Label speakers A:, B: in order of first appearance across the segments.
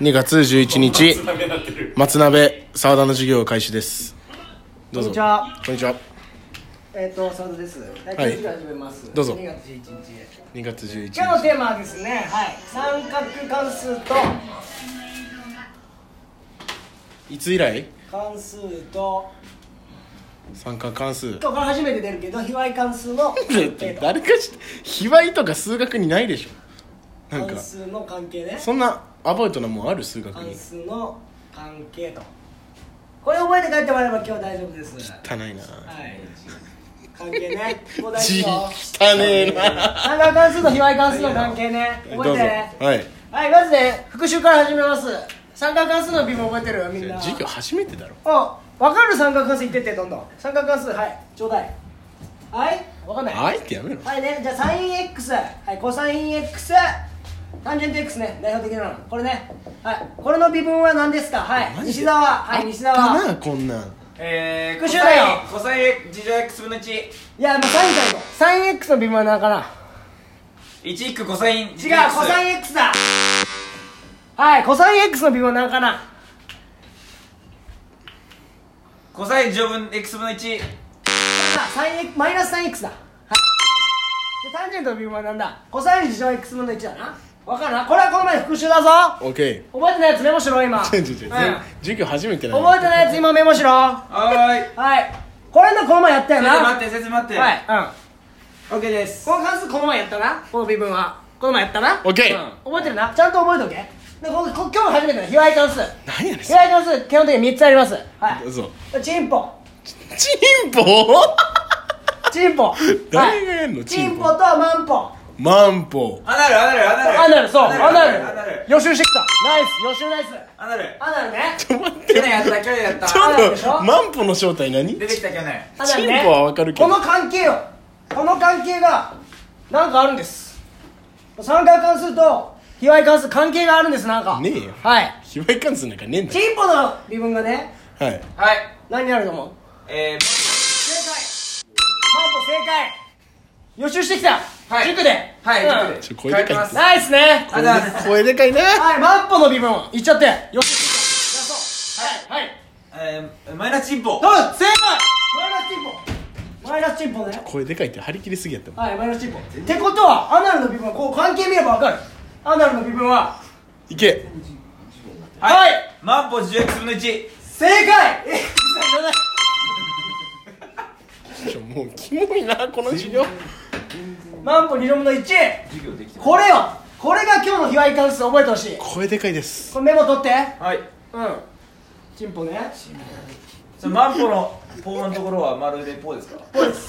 A: 2月11日
B: ダメになってる
A: 松鍋沢田の授業開始ですどう
C: こ
A: んぞ
C: にちは。
A: こんにちは
C: えっ、と、サウドです。はい、
A: はい
C: 今日始めます。
A: どうぞ
C: 2月11日。
A: 2月11
C: 今日の
A: 日
C: テーマはですね、はい、三角関数と
A: いつ以来
C: 関数と、
A: 参加関数
C: 今日から初めて出るけど、卑猥関数のえー
A: 誰かし卑猥とか数学にないでしょなん
C: 関
A: か
C: 数の関係ね。
A: そんなアバウトなもんある数学
C: 関
A: に
C: 数の関係と。これ覚えて帰ってもらえば今日大丈夫です。
A: 汚いな
C: はい。関係ね。もう大
A: 字
C: 丈夫よ。
A: 汚ねえな
C: 三角関数と卑猥関数の関係ね。
A: どう
C: 覚
A: ぞ
C: えてね。
A: はい
C: はい、まずね、復習から始めます。三角関数の微分覚えてるみんな。
A: 授業初めてだろ
C: あ、わかる三角関数言ってって、どんどん。三角関数、はい、ちょうだい。はい、わかんない。
A: あえてやめろ
C: はいね、じゃあサイン x、はい、コサイン x、タンジェント x ね、代表的なの。これね、はい、これの微分は何ですかはい、
A: マジで
C: 西澤、はい、西澤。
A: あったなこんなん
B: えー
C: 復習だよ
B: コサインコサイン事乗 x 分の1
C: いや、もうサインだよ。サイン x の微分は何かな
B: 1一区コサイン違う
C: 違う、コサイン x だはい、コサイン x の微分は何かな
B: コサイン乗分 x 分の1
C: サイン X マイナス 3x だ、はい、でタンジェントの微分はなんだコサイン事乗 x 分の1だな分かるなこれはこの前復習だぞ
A: OK
C: 覚えてないやつメモしろ今
A: 違う違う違う
C: う
A: 授業初めて
C: ん
A: なの
C: 覚えてないやつ今メモしろは
B: はーい
C: いこれのこの前やったよ
B: 先
C: な
B: 生待って先生待って
C: はい、うん、
B: OK です
C: この関数この前やったなこの微分はこの前やったな
A: OK
C: うん、覚えてるなちゃんと覚えておけでここ今日初めての卑猥関数
A: 何やねん
C: 卑猥関数基本的に3つありますは
A: どうぞ
C: いチンポ
A: チンポ
C: チンポ
A: 誰がやんの
C: はい
A: チ
C: チ
A: ン
C: ン
A: ポ
C: ポとマンポ
A: マンポ
B: アナルアナルアナル
C: アナルそうアナ
B: アナ
C: ル
B: ル
C: 予習してきたナイス予習ナイス
B: アナル
C: アナルね
A: ちょ待って
B: 去年やった去年やった
A: ちょ
C: あるで
A: っ
C: し
A: と
C: ょ
A: マンポの正体何
B: 出てきた去年
C: アナルね
A: チンポはわかるけど
C: この関係よこの関係がなんかあるんです三角関数と卑猥関数関係があるんですなんか
A: ねえよ
C: はい
A: 卑猥関数なんかねえんだよ
C: チンポの微分がね
A: はい
B: はい
C: 何になると思う
B: え
C: 正解マンポ正解予習してきた、
B: はい
C: 塾で
B: ーはい
C: うん
B: 塾で
A: ちょこれでかい
B: 帰ります
C: ナイスね
B: ありがとうございます
A: 声でかいな
C: はいマンポの微分いっちゃって予習してきたやそうはいはい
B: えーマイナスチンポ
C: どう正解マイナスチンポマイナスチンポね
A: 声でかいって張り切りすぎやったもん
C: はいマイナスチンポってことはアナルの微分はこう関係見ればわかるアナルの微分はい
A: け
C: はい、
B: マンポ 10x 分の1
C: 正解え
A: ちょもうキモいなこの授業
C: マンポ2分の1
B: 授業できて
C: これよこれが今日の卑猥関数覚えてほしい
A: 声でかいです
C: これメモ取って
B: はい
C: うんチンポね
B: そのマンポのポーのところは丸でポーですか
C: ポです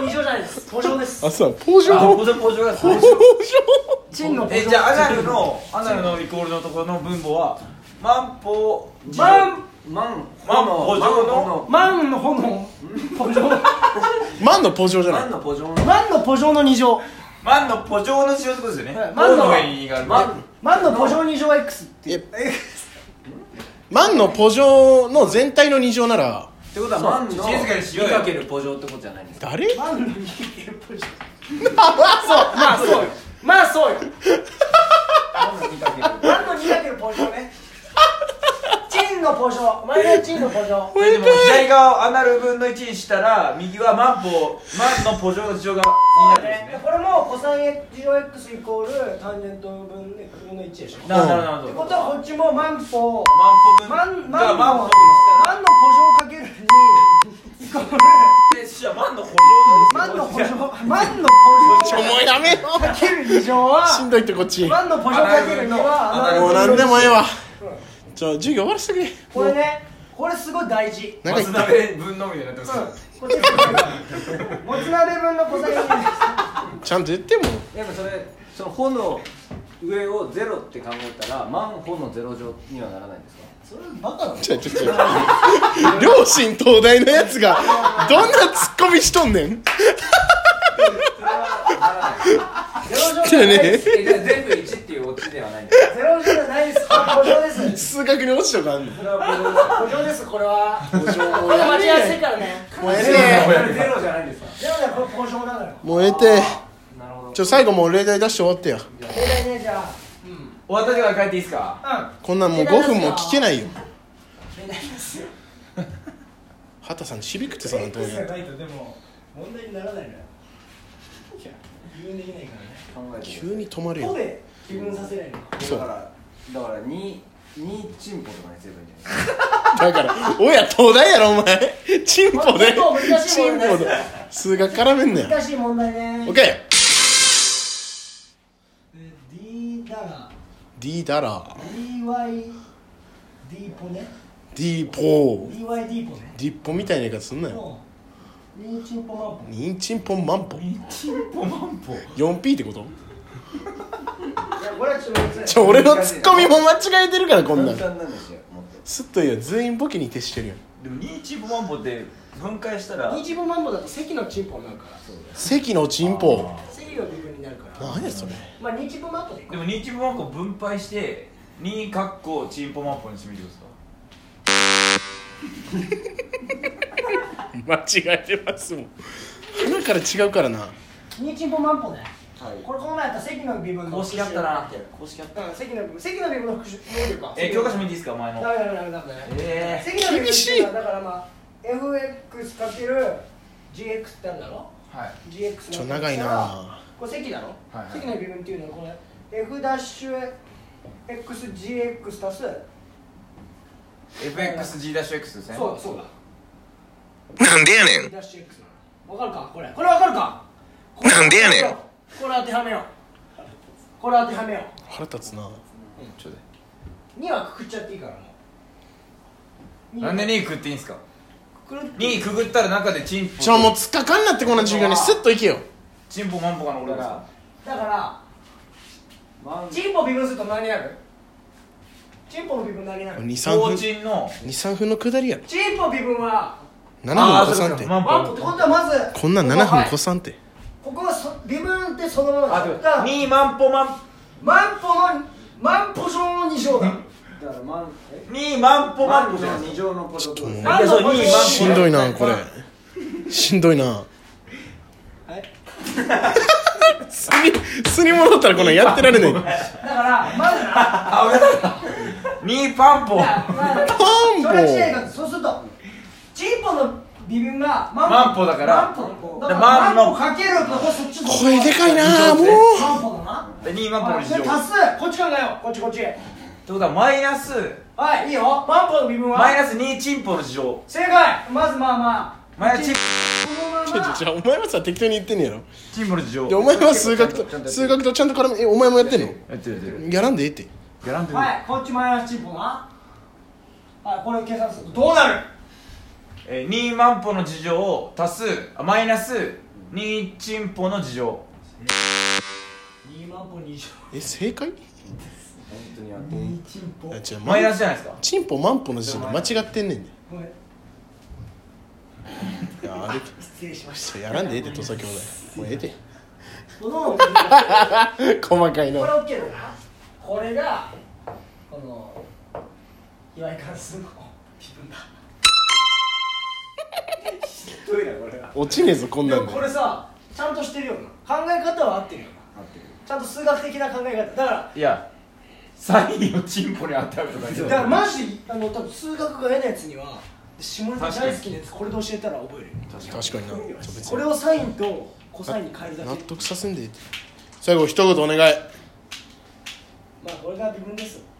C: 二乗じゃないですポ上です
A: あそうポジョ
B: あ、
A: ン
B: ポジョポジョが
A: ポ
B: 最
A: ジョ
B: 初
A: ン
C: チンのポ
B: え
C: 上
B: じゃあアナルのアナルのイコールのところの分母はマンポ
C: マン
D: マン
B: マン補助の
C: マンの 炎ポ上
A: マンのポジョンじゃな
D: マ
A: い
D: ンのポジョン
C: マンのポ上の二乗
B: マンのポジョの使用ってことですよね
C: はいマンの
B: ポ上にがある
D: マン
C: マンのポ上二乗 X っていう
A: えマンのポジョンの全体の二乗なら
D: ってことはマンの
B: 静かにしようよ
D: かけるポジョンってことじゃないんですか
A: 誰
C: マンの右手ポジまあそうよまあそうよ
B: マンの2かける
C: マンの2かけるポジョンねチンのポジョンマイナスチンのポジョン
B: でも左側をアナル分の1にしたら右はマンポマンのポジョの使用が
C: そう
B: になるん
C: ね
B: ですね
C: これもコサイン二乗 X イコールタンジェント分の1でしょって
B: なるほどなるほど
C: ことはこっちもマンポマ
B: マンポ
C: ン
B: 分
C: マ
B: が
C: ン
B: マンポ
C: の
B: にした
C: マン
B: ら
C: のポジョンかける2イコール
B: でそしたらマンのポジ
C: マンのポジ
B: ョ
C: ョンマンのポ
A: ち
C: ジ
A: ょ
C: ョン
A: もうやめよ
C: かける2乗は
A: しんどいってこっちも
C: マンのポジョンかける2は
B: あ
C: あの
A: うなんでもええわちょ授業終わらせてくれ
C: これねこれすごい大事
A: なんか
B: 松鍋分のみたいになってます
C: うんこっちもつ鍋分のコサイン
A: ちゃんと言っても
D: でもそれその炎の上をゼロって考えたらマンホのゼロ乗にはならないんですか
C: それバカだ
A: ちょちょちょ両親東大のやつがどんなツッコミしとんねん
C: ゼロ乗
A: じ
C: じ
A: ゃ
C: ゃない
A: ね
D: えじゃあ全部1っていうオチではないんですか
C: ゼロ乗じゃない です補助です
A: 数学に落ちとかあんの
D: それはポジョンで
C: 補助で
D: す
C: すこれは
A: も
C: これ間違いやすいからね
A: 燃え
D: こ
A: て
D: れゼロじゃないんですか
C: ゼロだよこれ補助なのよ
A: 燃えて
D: なるほど
A: ちょ最後もう例題出して終わってや
C: 例題ねじゃあうん
B: 終わった時は帰っていいですか
A: こんなんもう
C: いただ
A: 5
C: きます
A: 分も聞けないよ
C: いただきますよ
A: 畑さんしびくってさなんと思う
E: じゃないとでも問題にならないのよいや理由できないからね
D: 考えて
A: 急に止まる
C: こ
A: よ
C: こで気分させないのか
A: そう
D: だからだから2二チンポとかにすればいいんじゃない
A: だから親東大やろお前チンポで
C: 結構難しい
A: チ
C: も
A: ン
C: んね
A: ポで数学絡めんねん
C: 難しい問題ね
A: OK
E: で D だら
A: D だら
E: DYD ポね
A: D ポー
E: DYD ポね
A: D ポみたいな言い方すんなよ
E: のニーチンポマンポ
A: ニンチンポンマンポ
B: チンポマンポ
A: 4P ってこと
C: いやこれはちょっと難しい
A: ちょ俺のツッコミも間違えてるからこんなん
D: 簡単なんですよもっと
A: すっといいよ全員ボケに徹してるよ
B: でもニーチンポマンポって分解したら
C: 日本マンボだと関のチンポになるから
A: 関のチンポ
C: 関の部分になるから
A: 何やそれ
C: まあ日本マンボでいこ
B: で
C: う
B: もニーチンポマンポ分配してニーカッコチンポマンポにしてみてください
A: 間違えてますもん鼻から違うからな
C: 日本マンボだよ
D: はい
C: これこの前やった関の部分の
B: 公式あったな公式あっ
C: だから関の部分関の部分の復習能力は
B: え教科書見ていいですか前の
C: ダメダメダメダメダメ
B: え
C: 関の部分っていうのはだからまあ FX かける GX ってあるんだろ
B: ー、はい
C: GX
A: ちょ長いな
C: これ席だろ、
B: はいはい
C: 席の部分っていうのはこれ F ダッシュ XGX 足す
B: FXG ダッシュ X ですね
C: そうだそうだ
F: なんでやねん
C: F ダッシュ X なのわかるかこれこれわかるかこれ
F: なんでやねん
C: これ当てはめようこれ当てはめよ
A: 腹立つな
B: ちょうだい
C: 2
B: う
C: はくくっちゃっていいからもう
B: なんで2くっていいんすか
C: くくる
B: 2くぐったら中でチンポ
A: ちょもうつっかかんなってこんな授業にスッといけよ
B: チンポマンポかな俺
D: だ
B: で
D: か
B: す
D: ら
C: だから
D: マン
C: チンポ微分すると何になるチンポの微分何になる
A: 23
B: 高
A: 分
B: チンの
A: 23分の下りやろ
C: チンポ微分は
A: 7分
B: ー
A: 越
B: そ
A: さ
B: う
A: ん
B: か
A: って
B: マン
C: ワンポって
B: ポ
C: ことはまず
A: こんなん7分越
C: す
A: さんって
C: ここはそ微分ってそのものだ
B: あでも
C: だから
B: 2マンポマン
C: 万歩の万歩上の二乗だ
D: だからマンえ
B: 2マンポマ
D: マ
B: ン
D: ン
B: ポじ
D: じ
B: ゃない
D: ゃ二乗のポテトです
B: い
D: ね
B: やそう2マンポ
A: しんどいなこれしんどいな素に素に戻ったらこんなんやってられないパ
C: だからまずな
B: あ分かった2パンポ
C: まず
A: ン
C: それは違う
A: ポ
C: からそうするとチンポの微分が万
B: 万歩だか
C: 万
B: ら
C: 歩
B: だ
C: だ
B: か
C: からら
B: 万の
C: 万歩かけるとこそっちの
A: 声でかいなもう
C: 万歩だな
B: 2マンポの
C: はい
B: 二
C: それ
B: 乗って
C: 足すこっち考えようこっちこっち
B: ことはマイナス
C: はいいいよ万歩の微分は
B: マイナス2チンポの二乗
C: 正解まずまあまあ
B: マイナスチン
C: このま
A: ちょちょ
C: ま
A: ちょお前はさ適当に言ってんねやろ
B: チンポの二乗
A: でお前は数学と数学とちゃんと絡めえお前もやってんの
B: やってるやってる
A: やらんでええって
B: やらんでる
C: はいこっちマイナスチンポなはいこれを計算するとどうなる
B: えー2万歩の事情を足すあマイナス2チンポの事情
E: 2万ポ2乗
A: え正解
D: 本当にやって
E: 2チンポ
A: あ違う
B: マイナスじゃないですか
A: チンポマンポの時点で間違ってんねんで
E: ごめん
A: いやあれ
E: 失礼しまし
A: ちょやらんでええって土佐兄弟もうええて
C: どの
A: 細かい
C: これ
A: の
C: OK だなこれがこの岩井関数の微分だ
D: どうやこれは
A: 落ちねえぞこん
C: で
A: な
C: も
A: んで
C: これさちゃんとしてるよな考え方は合ってるよな
D: 合ってる
C: ちゃんと数学的な考え方だから
B: いやサインをチンポに当てはめただけ
C: だ
B: だ
C: からマジあの多分数学が嫌なやつには下ネタ大好きなやつこれで教えたら覚えるよ
A: 確かになちょ別
C: これをサインとコサインに変えるだけ
A: 納得させんでええって最後一言お願い
C: まあこれが微分です